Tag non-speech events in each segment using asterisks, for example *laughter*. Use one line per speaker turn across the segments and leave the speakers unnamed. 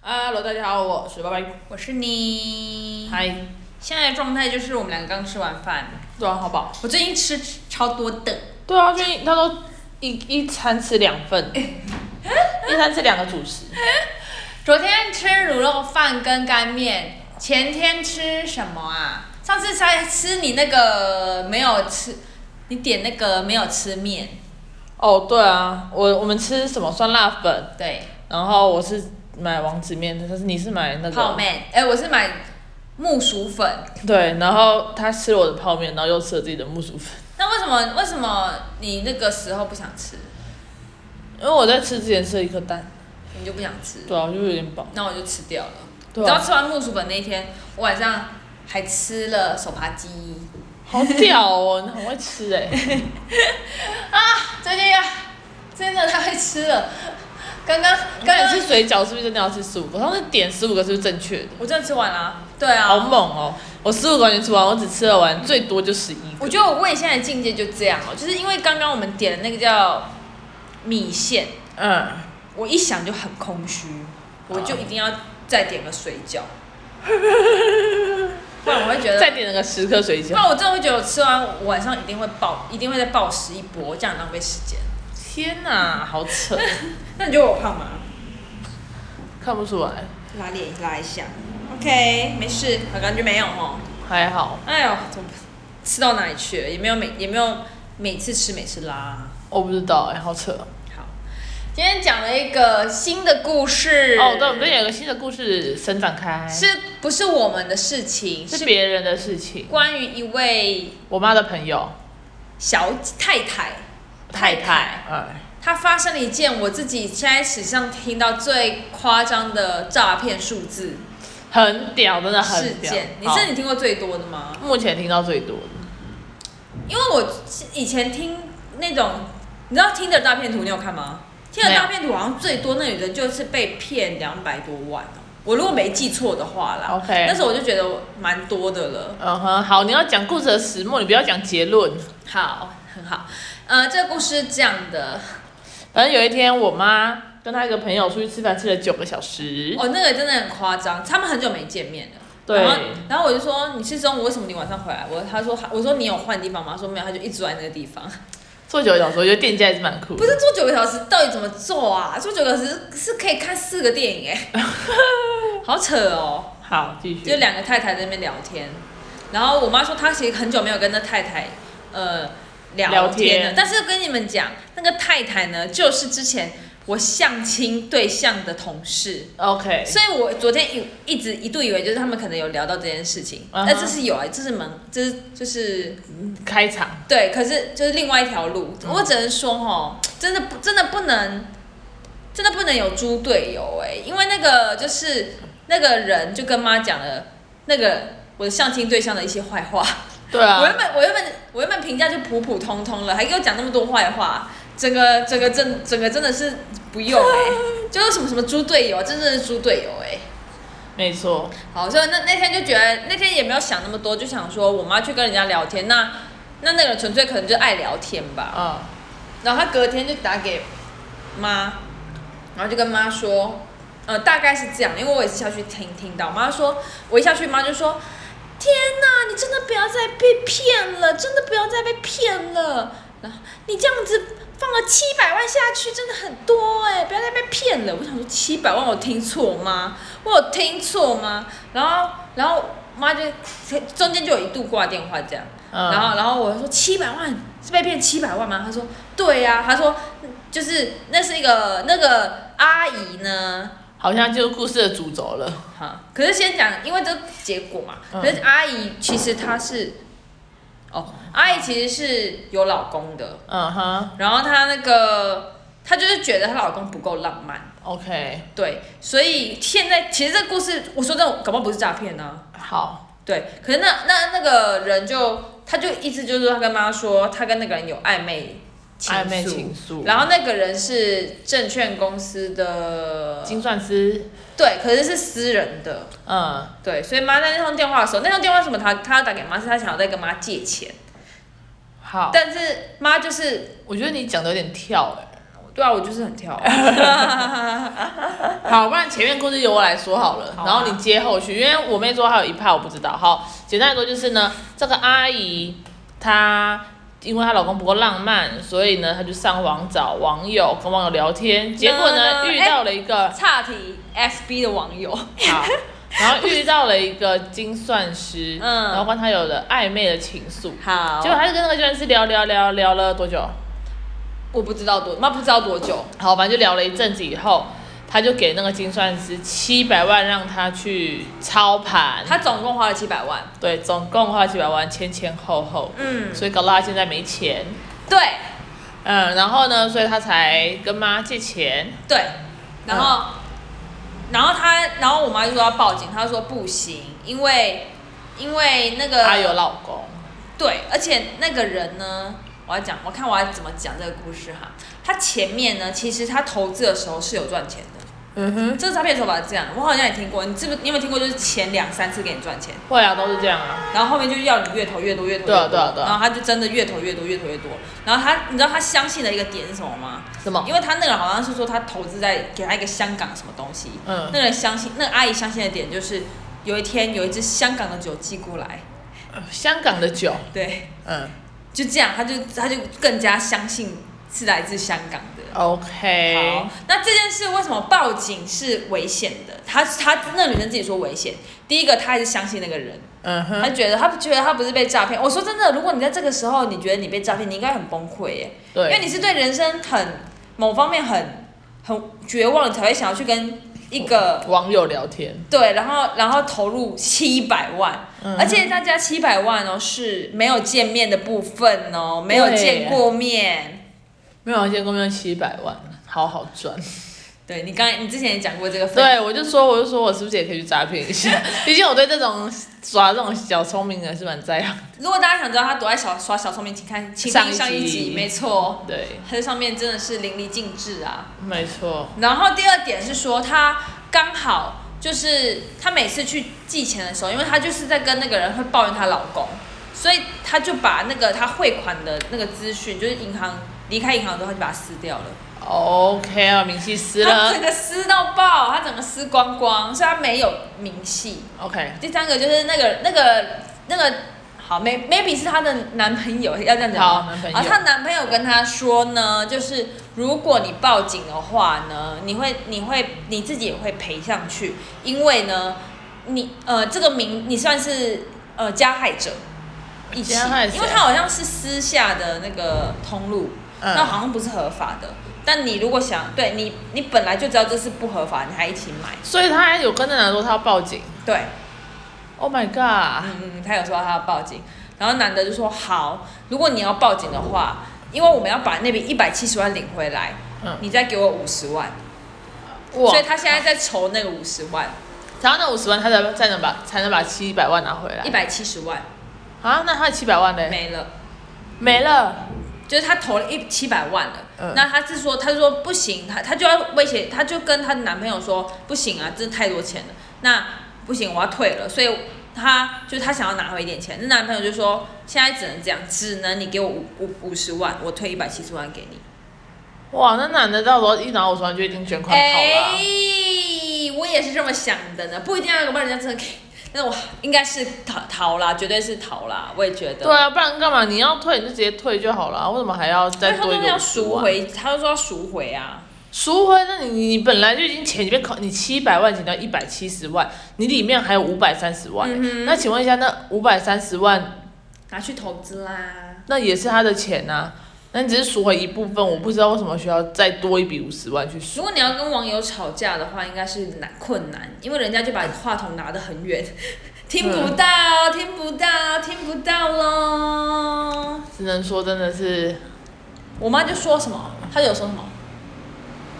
Hello，大家好，我是八八一。
我是你。
嗨，
现在的状态就是我们两个刚吃完饭，
对啊，好不好？
我最近吃超多的，
对啊，最近他都一一餐吃两份， *laughs* 一餐吃两个主食。
昨天吃卤肉饭跟干面，前天吃什么啊？上次才吃你那个没有吃，你点那个没有吃面，
哦，对啊，我我们吃什么酸辣粉，
对，
然后我是买王子面，但是你是买那
泡
个
面。哎、我是买木薯粉。
对，然后他吃了我的泡面，然后又吃了自己的木薯粉。
那为什么为什么你那个时候不想吃，
因为我在吃之前吃了一颗蛋，
你就不想吃？
对啊，我就有点饱。
那我就吃掉了。你
对
知道
啊，
吃完木薯粉那一天，我晚上还吃了手扒鸡。
好屌哦， *laughs* 你很会吃哎、
最近呀，真的太会吃了。刚刚刚
刚才
刚
吃水饺是不是真的要吃十五个？上次点十五个是不是正确的？
我真的吃完了、对
好
啊，
猛哦！我十五个完全吃完，我只吃了完最多就十一
我
个。
觉得我胃现在的境界就这样哦，就是因为刚刚我们点的那个叫米线，
嗯，
我一想就很空虚，我就一定要再点个水 *laughs* 饺，不然我会觉得
再，点了个十颗水
不
饺。
然我真的会觉得我吃完我晚上一定会暴，一定会再暴食一波，这样浪费时间。
天哪，好扯， *laughs*
那你觉得我胖吗？
看不出来，
拉脸拉一下，OK，没事，我感觉没有哦。
还好，
哎呦，怎么吃到哪里去了？也没有每也没有每次吃每次拉、啊
我不知道哎、好扯。
好，今天讲了一个新的故事
哦，对，我们这有个新的故事伸展开，
是不是我们的事情？
是
是
别人的事情。
关于一位
我妈的朋友
小太太，太太，
哎，
她发生了一件我自己现在史上听到最夸张的诈骗数字
很屌，真的
事
啊很屌
件。。你
好
是你听过最多的吗？
目前听到最多的，
因为我以前听那种，你知道听的大骗图，你有看吗？听的
没有
大骗图好像最多那女的就是被骗两百多万哦、我如果没记错的话啦。
OK
那时候我就觉得蛮多的了。
嗯哼，好，你要讲故事的始末，你不要讲结论。
好，很好。呃，这个故事是这样的，
反正有一天，我妈跟她一个朋友出去吃饭，吃了九个小时。
哦，那个真的很夸张，他们很久没见面了。
对
然后，然后我就说你吃中午，为什么你晚上回来？我他说我说你有换地方吗？他说没有，他就一直坐在那个地方。
做九个小时，我觉得店家还是蛮酷的
不。是坐九个小时到底怎么坐啊？坐九个小时是可以看四个电影哎、好扯哦！
好，继续。
就两个太太在那边聊天，然后我妈说她其实很久没有跟那太太呃
聊
聊
天
天了，但是跟你们讲，那个太太呢，就是之前我相亲对象的同事。
OK，
所以我昨天一一直一度以为就是他们可能有聊到这件事情，
嗯哼
但这是有啊，这是门，这是就是
开场
对，可是就是另外一条路，我只能说哈，真的不真的不能，真的不能有猪队友哎、因为那个就是那个人就跟妈讲了那个我的相亲对象的一些坏话， *laughs*
对
我原
啊，
本我原本我原本评价就普普通通了，还给我讲那么多坏话，整个整个真整个真的是不用哎、就是什么什么猪队友，啊真正的是猪队友哎、
没错，
好，所以那那天就觉得那天也没有想那么多，就想说我妈去跟人家聊天，那那那个人纯粹可能就爱聊天吧。
嗯，
然后她隔天就打给妈，然后就跟妈说，呃，大概是这样，因为我也是下去听听到，妈说我一下去，妈就说。天呐，你真的不要再被骗了，真的不要再被骗了。然后你这样子放了七百万下去，真的很多哎、不要再被骗了。我想说七百万我听错吗？我有听错吗？然后然后妈就中间就有一度挂电话这样，
嗯
然后然后我说七百万是被骗七百万吗？她说对呀、她说就是那是一个那个阿姨呢，
好像就是故事的主轴了。
哈，可是先讲，因为这结果嘛，
嗯
可是阿姨其实她是，哦，阿姨其实是有老公的，
嗯哼
然后她那个她就是觉得她老公不够浪漫，
，OK，
对，所以现在其实这故事，我说真的，搞不好不是诈骗啊，
好，
对，可是那那那个人就，他就一直就是说他跟妈说，他跟那个人有暧昧情
暧昧
愫
情愫，
然后那个人是证券公司的，
精算师，
对，可是是私人的，
嗯，
对，所以妈在那通电话的时候，那通电话为什么她她要打给妈，是她想要再跟妈借钱，
好，
但是妈就是 *laughs*
我觉得你讲的有点跳哎，
对啊，我就是很挑。
好，不然前面故事由我来说好了，
好啊
然后你接后续，因为我妹说还有一派我不知道。好，简单来说就是呢，这个阿姨她因为她老公不够浪漫，所以呢她就上网找网友跟网友聊天，结果呢
呢
遇到了一个
差题 FB 的网
*laughs*
友，
好，然后遇到了一个精算师，
嗯
然后跟他有了暧昧的情愫，
好
结果她就跟那个精算师聊聊聊聊了多久？
我不知道多，妈不知道多久，
好，反正就聊了一阵子以后，他就给那个精算师七百万让他去操盘，
他总共花了七百万。
对，总共花七百万，前前后后，
嗯，
所以搞到他现在没钱，
对
嗯，然后呢，所以他才跟妈借钱，
对，然
嗯
后、然后他，然后我妈就说要报警，她说不行，因为因为那个
她有老公，
对，而且那个人呢，我要讲，我看我要怎么讲这个故事哈。他前面呢，其实他投资的时候是有赚钱的，
嗯哼，
这个诈骗手法是这样，我好像也听过，你知不？你有没有听过？就是前两三次给你赚钱，
会啊，都是这样啊，
然后后面就要你越投越多，越
对
投越多，
啊对啊对啊
然后他就真的越投越多，越投越多。然后他，你知道他相信的一个点是什么吗？
什么
因？为他那个人好像是说他投资在给他一个香港什么东西，
嗯
那个人相信，那个阿姨相信的点就是有一天有一支香港的酒寄过来，
香港的酒，
对，
嗯
就这样，他就他就更加相信是来自香港的。
，OK，
好，那这件事为什么报警是危险的？他他那个女生自己说危险。第一个，她还是相信那个人，
嗯哼，
她觉得她觉得她不是被诈骗。我说真的，如果你在这个时候你觉得你被诈骗，你应该很崩溃耶，因为
对，
你是对人生很某方面很很绝望，你才会想要去跟一个
网友聊天，
对，然后然后投入七百万，
嗯
而且大家七百万哦是没有见面的部分哦，没有
对
见过面。
没有，啊现在公司七百万，好好赚。 *laughs*
对你刚才你之前也讲过这个分，
对，我就说，我就说我是不是也可以去诈骗一 *laughs* 下？毕竟我对这种耍这种小聪明的是蛮在行。
如果大家想知道他躲在小耍小聪明，请看请
上
听
一
上一
集
集，没错，
对，
他在上面真的是淋漓尽致啊。
没错。
然后第二点是说他刚好就是他每次去寄钱的时候，因为他就是在跟那个人会抱怨她老公，所以他就把那个他汇款的那个资讯，就是银行离开银行之后，他就把它撕掉了。
OK 啊，明细撕
他
了
整。个撕到爆，他整个撕光光，所以他没有名气。
OK，
第三个就是那个那个那个，好，may maybe 是她的男朋友，要这样讲吗。
好，男朋
啊，她
友。
男朋友跟她说呢，就是如果你报警的话呢，你会你会你自己也会赔上去，因为呢，你呃这个名你算是呃加害者，一起，
加害者
因为他好像是私下的那个通路，那
嗯，
好像不是合法的。但你如果想对你，你本来就知道这是不合法，你还一起买，
所以他还有跟那男的说他要报警。
对，
Oh my god！
嗯嗯，他有说他要报警，然后男的就说好，如果你要报警的话，因为我们要把那笔一百七十万领回来，
嗯，
你再给我五十万，
哇
所以，他现在在筹那个五十万，
然后那五十万他才才能把才能把七百万拿回来
一。百七十万
啊，那他的七百万嘞？
没了，
没了。
就是他投了一七百万了。
嗯
那他是说，他说不行，他他就要威胁，他就跟他的男朋友说不行啊，真的太多钱了，那不行，我要退了。所以他就是他想要拿回一点钱，那男朋友就说现在只能这样，只能你给我五五五十万，我退一百七十万给你。
哇，那男的到时候一拿五十万就一定卷款跑了啊。
哎我也是这么想的呢，不一定要把人家真的给，但是我应该是逃逃啦，绝对是逃啦，我也觉得。
对啊，不然干嘛？你要退你就直接退就好了，为什么还要
因
再
为哎他
多一
说
个
要
五十
赎
万？
回，他就说要赎回啊，
赎回，那你你本来就已经钱里面扣你七百万减掉一百七十万，你里面还有五百三十
嗯
万欸、那请问一下，那五百三十万
拿去投资啦。
那也是他的钱呐、那你只是赎回一部分，我不知道为什么需要再多一笔五十万去赎。
如果你要跟网友吵架的话，应该是难困难，因为人家就把话筒拿得很远， *laughs* 听不到，听不到，听不到喽。
只能说真的是，
我妈就说什么，她有说什么，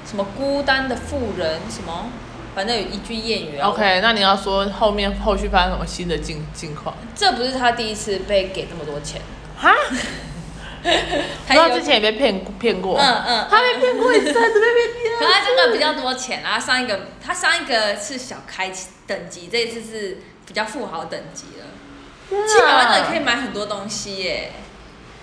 什么孤单的妇人什么，反正有一句谚语啊。
OK，那你要说后面后续发生什么新的境境况？
这不是他第一次被给这么多钱， *laughs*
哈，
他
那
有
之前也被骗骗过，
嗯嗯，
他被骗过一次，还是被骗第
可
二
他这个比
较
较多钱啦，上一个他上一个是小开等级，这一次是
啊
比较富豪等级了，七百万的可以买很多东西耶，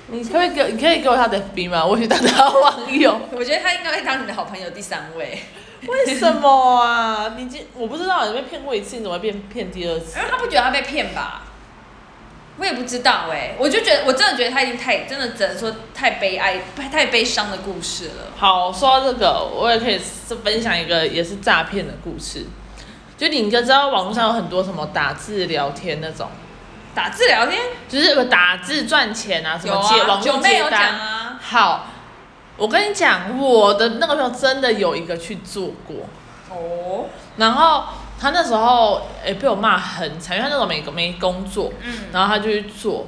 你可不可以给你可以给我他的 FB 吗？我去当他的网友。
我觉得他应该会当你的好朋友第三位，
为什么啊？你今我不知道，你被骗过一次，你怎么会变骗第二次
然？后他不觉得他被骗吧？我也不知道哎、我就觉得我真的觉得他已经太真的只能说太悲哀、太悲伤的故事了。
好，说到这个，我也可以是分享一个也是诈骗的故事。就你应该知道，网络上有很多什么打字聊天那种，
打字聊天
就是打字赚钱啊，什
有
么接、
啊，
网
九
络
妹
接
有讲
单。
啊，
好，我跟你讲，我的那个朋友真的有一个去做过，
哦，
然后他那时候也、被我骂很惨，因为他那时候没没工作，
嗯，
然后他就去做，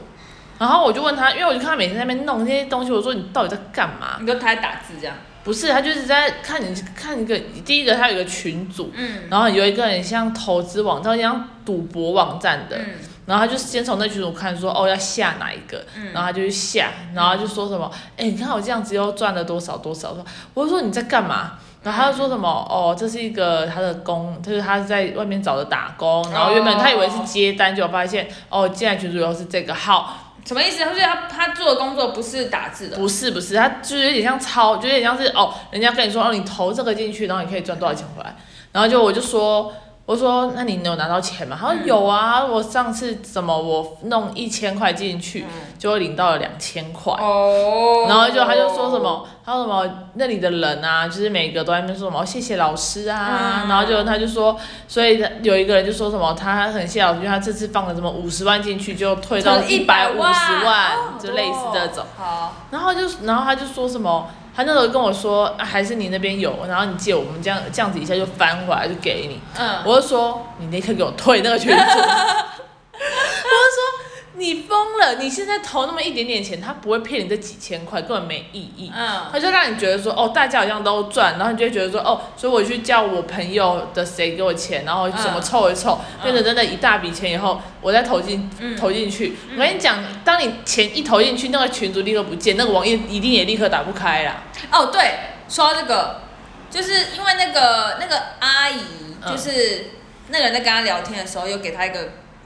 然后我就问他，因为我就看他每天在那边弄这些东西，我说你到底在干嘛？
你都他在打字这样，
不是，他就是在看你看一个第一个，他有一个群组，
嗯
然后有一个很像投资网站、像赌博网站的，
嗯
然后他就先从那群组看说哦要下哪一个，
嗯
然后他就去下，然后他就说什么，哎、你看我这样子又赚了多少多少，我说我就说你在干嘛？然后他就说什么哦，这是一个他的工，就是他在外面找的打工，然后原本他以为是接单，结果发现哦，进来群主以后是这个号，
什么意思？他说他他做的工作不是打字的，
不是不是，他就是有点像抄，就有点像是哦，人家跟你说哦，你投这个进去，然后你可以赚多少钱回来，然后就我就说。我说：“那你有拿到钱吗？”他
嗯
说：“有啊，我上次怎么我弄一千块进去，就领到了两千块。”
嗯哦，
然后就他就说什么，他说什么那里的人啊，就是每个都在那边说什么、哦谢谢老师啊，
嗯
然后就他就说，所以他有一个人就说什么他很谢谢老师，因为他这次放了什么五十万进去就退到
一哦
一百五十
万
万，，就类似这种。，
哦好，
然后就然后他就说什么，他那时候跟我说、啊、还是你那边有，然后你借我们这样这样子一下就翻回来就给你，
嗯，
我就说你立刻给我退那个群主，我就说你疯了，你现在投那么一点点钱，他不会骗你这几千块，根本没意义。
嗯
他就让你觉得说，哦，大家好像都赚，然后你就会觉得说，哦，所以我去叫我朋友的谁给我钱，然后怎么
嗯
凑一凑，
嗯
变成真的一大笔钱以后，我再投进、
嗯
投进去。我跟你讲，当你钱一投进去，那个群主立刻不见，那个网页一定也立刻打不开啦。
哦，对，说到这个，就是因为那个那个阿姨，
嗯
就是那个人在跟他聊天的时候，有给他一个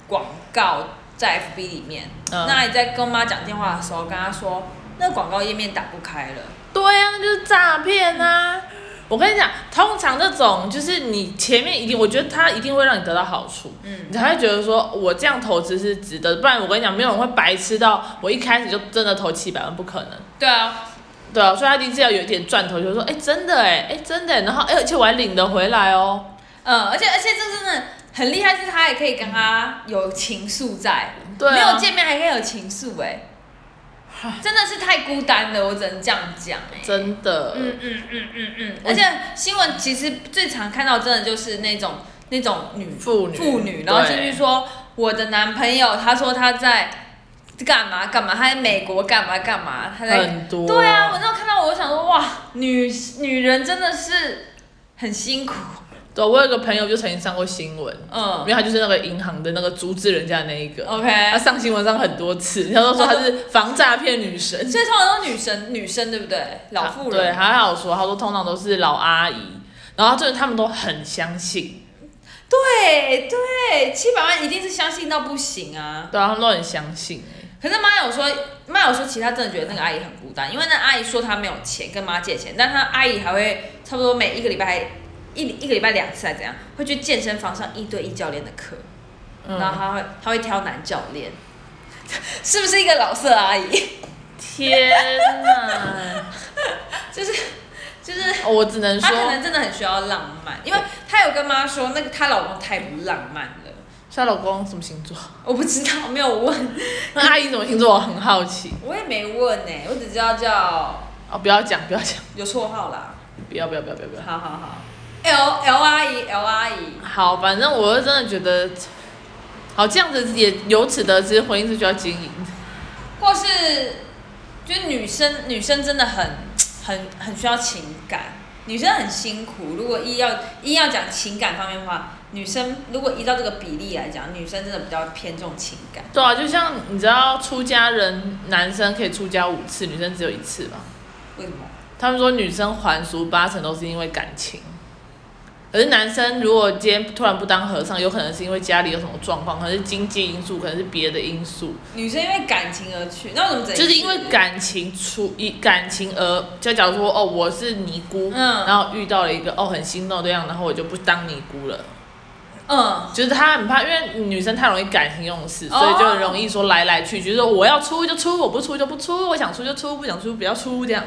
广告在 FB 里面。
嗯
那你在跟妈讲电话的时候，跟他说那个广告页面打不开了。
对呀、那就是诈骗啊！我跟你讲，通常这种就是你前面一定，我觉得他一定会让你得到好处，
嗯
你才会觉得说我这样投资是值得，不然我跟你讲，没有人会白痴到我一开始就真的投七百万，不可能。
对啊，
对啊，所以他一定是要有一点赚头，就说，哎、真的哎、哎、真的、然后哎、而且我还领得回来哦。
嗯，而且而且这真的很厉害，是他也可以跟他有情愫在，
对啊
没有见面还可以有情愫哎、真的是太孤单了，我只能这样讲哎、
真的，
嗯嗯嗯嗯嗯，而且新闻其实最常看到真的就是那种那种女
妇女
妇女，然后进
对
去说我的男朋友，他说他在干嘛干嘛，他在美国干嘛干嘛，他在
很多。
对啊，我那时候看到我就想说哇，女女人真的是很辛苦，
对，啊我有一个朋友就曾经上过新闻，因
嗯
为他就是那个银行的那个阻止人家的那一个，他
，OK，
上新闻上很多次，他都说他是防诈骗女神。
所以通常都是女生女生对不对？ *laughs* 老妇
对，
人，
还好说，他说通常都是老阿姨，然后就是他们都很相信，
对对，七百万一定是相信到不行啊。
对啊，他们都很相信、欸
可是妈有说，妈有说，其实她真的觉得那个阿姨很孤单，因为那阿姨说她没有钱跟妈借钱，但她阿姨还会差不多每一个礼拜还一一个礼拜两次还怎样，会去健身房上一对一教练的课，然后
嗯，
她会她会挑男教练， *laughs* 是不是一个老色阿姨？ *laughs*
天哪，哦
就是就是
我只能
她可
说，
能真的很需要浪漫，因为她有跟妈说，那个她老公太不浪漫了，
她老公什么星座？ *laughs*
我不知道没有问，
那阿姨什么星座？我很好奇。
我也没问呢、我只知道叫
哦，不要讲，不要讲，
有绰号啦，
不要，不要，不要，不要，不要。
好好好，L L 阿姨 L 阿姨。
好，反正我是真的觉得，好，这样子也由此得知，婚姻是需要经营的。
或是就是女生女生真的很很很需要情感，女生很辛苦。如果一要一要讲情感方面的话，女生如果依照这个比例来讲，女生真的比较偏重情感。
对啊，就像你知道，出家人男生可以出家五次，女生只有一次吧？
为什么？
他们说女生还俗八成都是因为感情。可是男生如果今天突然不当和尚，有可能是因为家里有什么状况，可能是经济因素，可能是别的因素，
女生因为感情而去，那我怎么整？
就是因为感情出以感情而，就假如说哦我是尼姑，
嗯
然后遇到了一个哦很心动的对象，然后我就不当尼姑了。
哦嗯，
就是他很怕，因为女生太容易感情用
哦
事，所以就很容易说来来去去，就是说我要出就出，我不出就不出，我想出就出，不想出不要出，这样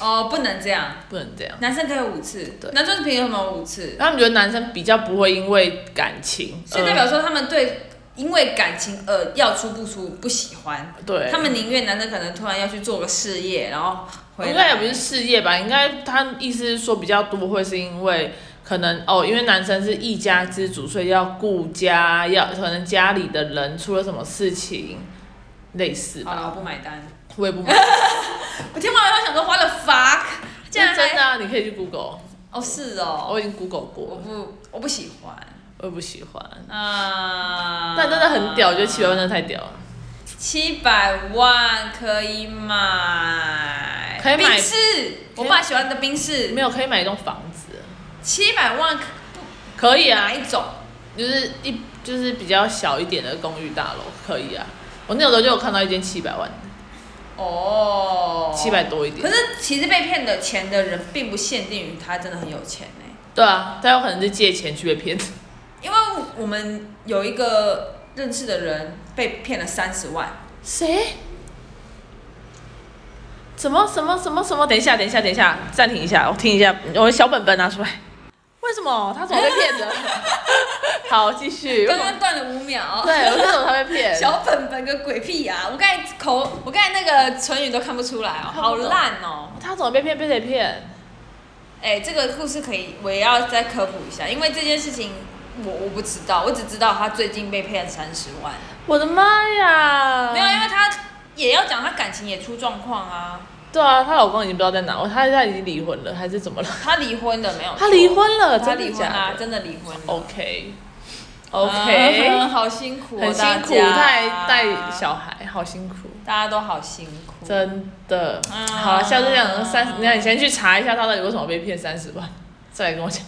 哦，不能这样，
不能这样。
男生可以五次，
对
男生凭什么五次？
他们觉得男生比较不会因为感情，
所以代表说他们对因为感情而要出不出不喜欢，
呃对
他们宁愿男生可能突然要去做个事业，然后回
应该也
来
不是事业吧，应该他意思是说比较多会是因为可能哦，因为男生是一家之主，所以要顾家，要可能家里的人出了什么事情，类似
好了，
吧，
我不买单。
我也不明白，
*laughs* 我听完以后想说，花了 fuck，竟然
这真
还
的啊、你可以去 Google，
哦是哦，
我已经 Google 过
我
了，
不我不喜欢
我也不喜欢。
啊。
那真的很屌，我觉得七百万真的太屌了。
七百万可以买，
可以买
宾士，
可以
我爸喜欢的宾士，
没有可以买一栋房子，
七百万可
可以啊
哪，一种？
就是一就是比较小一点的公寓大楼可以啊。我那时候就有看到一间七百万，
哦，
七。百多一
可
点。
是其实被骗的钱的人，并不限定于他真的很有钱呢、
对啊，他有可能是借钱去被骗。
因为我们有一个认识的人被骗了三十万，
谁？什么什么什么什么？等一下，等一下，等一下，暂停一下，我听一下，我的小本本拿出来。为什么他怎么被骗的？ *laughs* 好，继续。
刚刚断了五秒。
对，我为什么他被骗？
小本本个鬼屁呀、我刚才口，我刚才那个唇语都看不出来哦，
看不懂
好烂哦。
他怎么被骗？被谁骗？
哎、这个故事可以，我也要再科普一下，因为这件事情我我不知道，我只知道他最近被骗三十万，
我的妈呀！
没有，因为他也要讲他感情也出状况啊，
对啊，她老公已经不知道在哪，她她已经离婚了还是怎么了？
他离婚了没有错？
她离婚了，
他
真
离
的
婚
假，
啦
的啊
真的离婚了。
？OK
嗯
OK，
*laughs* 好辛苦、哦，
很辛苦，
大
她
家
还带小，孩，好辛苦，
大家都好辛苦。
真的。
嗯
好了，下次这样三十，那你先去查一下她到底为什么被骗三十万， *laughs* 再来跟我讲。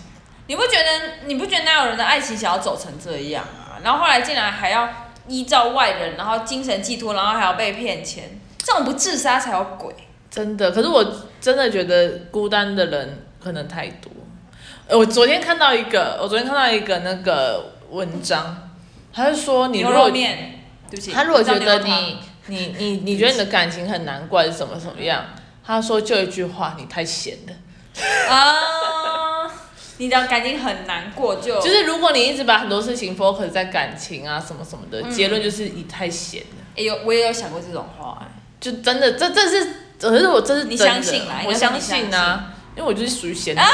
你不觉得你不觉得哪有人的爱情想要走成这样啊？然后后来竟然还要依照外人，然后精神寄托，然后还要被骗钱，这种不自杀才有鬼。
真的，可是我真的觉得孤单的人可能太多。呃我昨天看到一个，我昨天看到一个那个文章，他就说你如
牛
果
肉面，对不起。
他如果
我知道
觉得
牛肉汤
你你你你觉得你的感情很难过，还是什么什么样，他说就一句话，你太闲了。
啊， *laughs* 你的感情很难过就，
就是如果你一直把很多事情 focus 在感情啊什么什么的，
嗯
结论就是你太闲了。
哎呦，我也有想过这种话、
就真的，这这是，可是我这是真的
你相信啦
我
应该是
相
你相
信啊，因为我就是属于
*laughs*
闲人，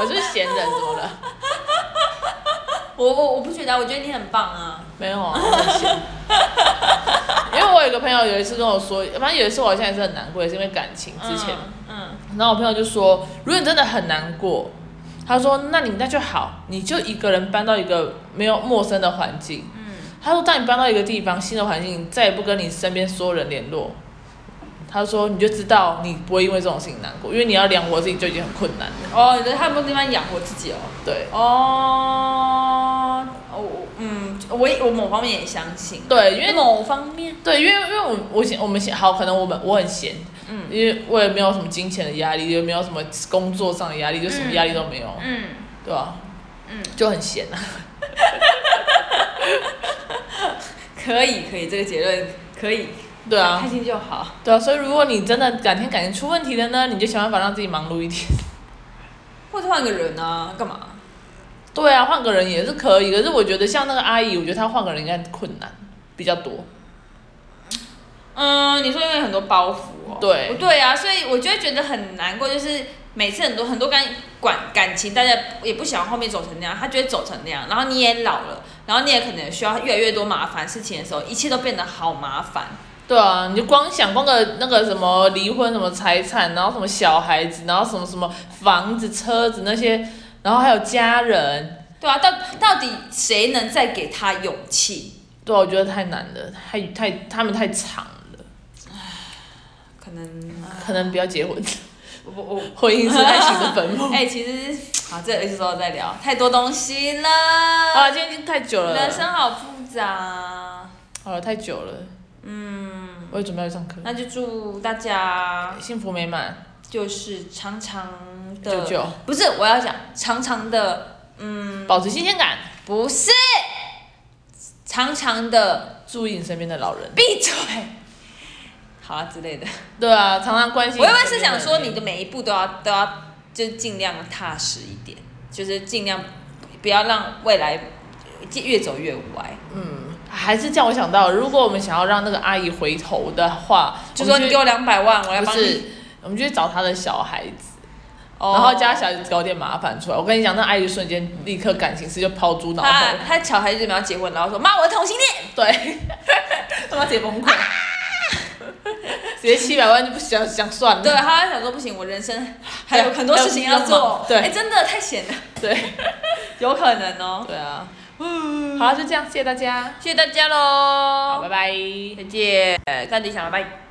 我就是闲人，怎么了？
我我我不觉得啊，我觉得你很棒啊。
没有啊，我很闲因为我有一个朋友有一次跟我说，反正有一次我好像也是很难过，也是因为感情之前
嗯，
然后我朋友就说，如果你真的很难过，他说那你那就好，你就一个人搬到一个没有陌生的环境。嗯，他说当你搬到一个地方新的环境，你再也不跟你身边所有人联络。他说你就知道你不会因为这种事情难过，因为你要养活自己就已经很困难了。
嗯哦，你觉得他有没有地方养活自己哦？
对
哦，哦，我嗯，我也我某方面也相信，
对，因为
某方面，
对，因为因为我我闲我们闲好，可能我们我很闲，
嗯，
因为我也没有什么金钱的压力，也没有什么工作上的压力，就什么压力都没有，
嗯，
对吧、
嗯，
就很闲啊。
可以可以，这个结论可以，
对啊，
开心就好。
对啊，所以如果你真的改天感情出问题了呢，你就想办法让自己忙碌一点。 *laughs*
或者换个人啊，干嘛？
对啊，换个人也是可以，可是我觉得像那个阿姨，我觉得她换个人应该困难比较多。
嗯，你说因为很多包袱哦，
对
不对啊，所以我就会觉得很难过，就是每次很多很多感管感情，大家也不想后面走成那样，他就会走成那样，然后你也老了，然后你也可能需要越来越多麻烦事情的时候，一切都变得好麻烦。
对啊，你就光想光个那个什么离婚、什么财产，然后什么小孩子，然后什么什么房子、车子那些，然后还有家人，
对啊，到到底谁能再给他勇气？
对、啊，我觉得太难了，太太他们太长了，
可能
嗯可能不要结婚。
我我
婚姻是爱情的坟
*laughs*
墓。
哎、其实好，这有时候再聊，太多东西了。
好了，今天已经太久了，
人生好复杂。
好了，太久了，
嗯，
我也准备要去上课。
那就祝大家
幸福美满，
就是常常
久
的，
久，
不是我要讲常常的，
保持新鲜感，
不是常常的
注意你身边的老人。
闭嘴， *laughs* 好啊之类的。
对啊，常常关心。
我原本是想说，你的每一步都要都要就尽量踏实一点，就是尽量不要让未来越走越歪。
还是叫我想到，如果我们想要让那个阿姨回头的话，
就说你给
我
我两百万，我要
们就
帮
不是
你，，
我们就去找他的小孩子，
哦
然后叫他小孩子搞点麻烦出来。我跟你讲，那阿姨瞬间立刻感情事就抛诸脑
他
后，
他小孩子准备要结婚，然后说妈，我是同性恋，
对， *laughs* 他妈直接崩溃，直接七百万就不想想算了。
*laughs* 对，啊他想说不行，我人
*laughs*
生还有很多事情要
还有
做
忙，对
哎，真的太闲了，
对
*laughs* 有可能哦。
对啊，好，就这样，谢谢大家，
谢谢大家
好，拜，
喽
拜。
再见，干理想，拜拜。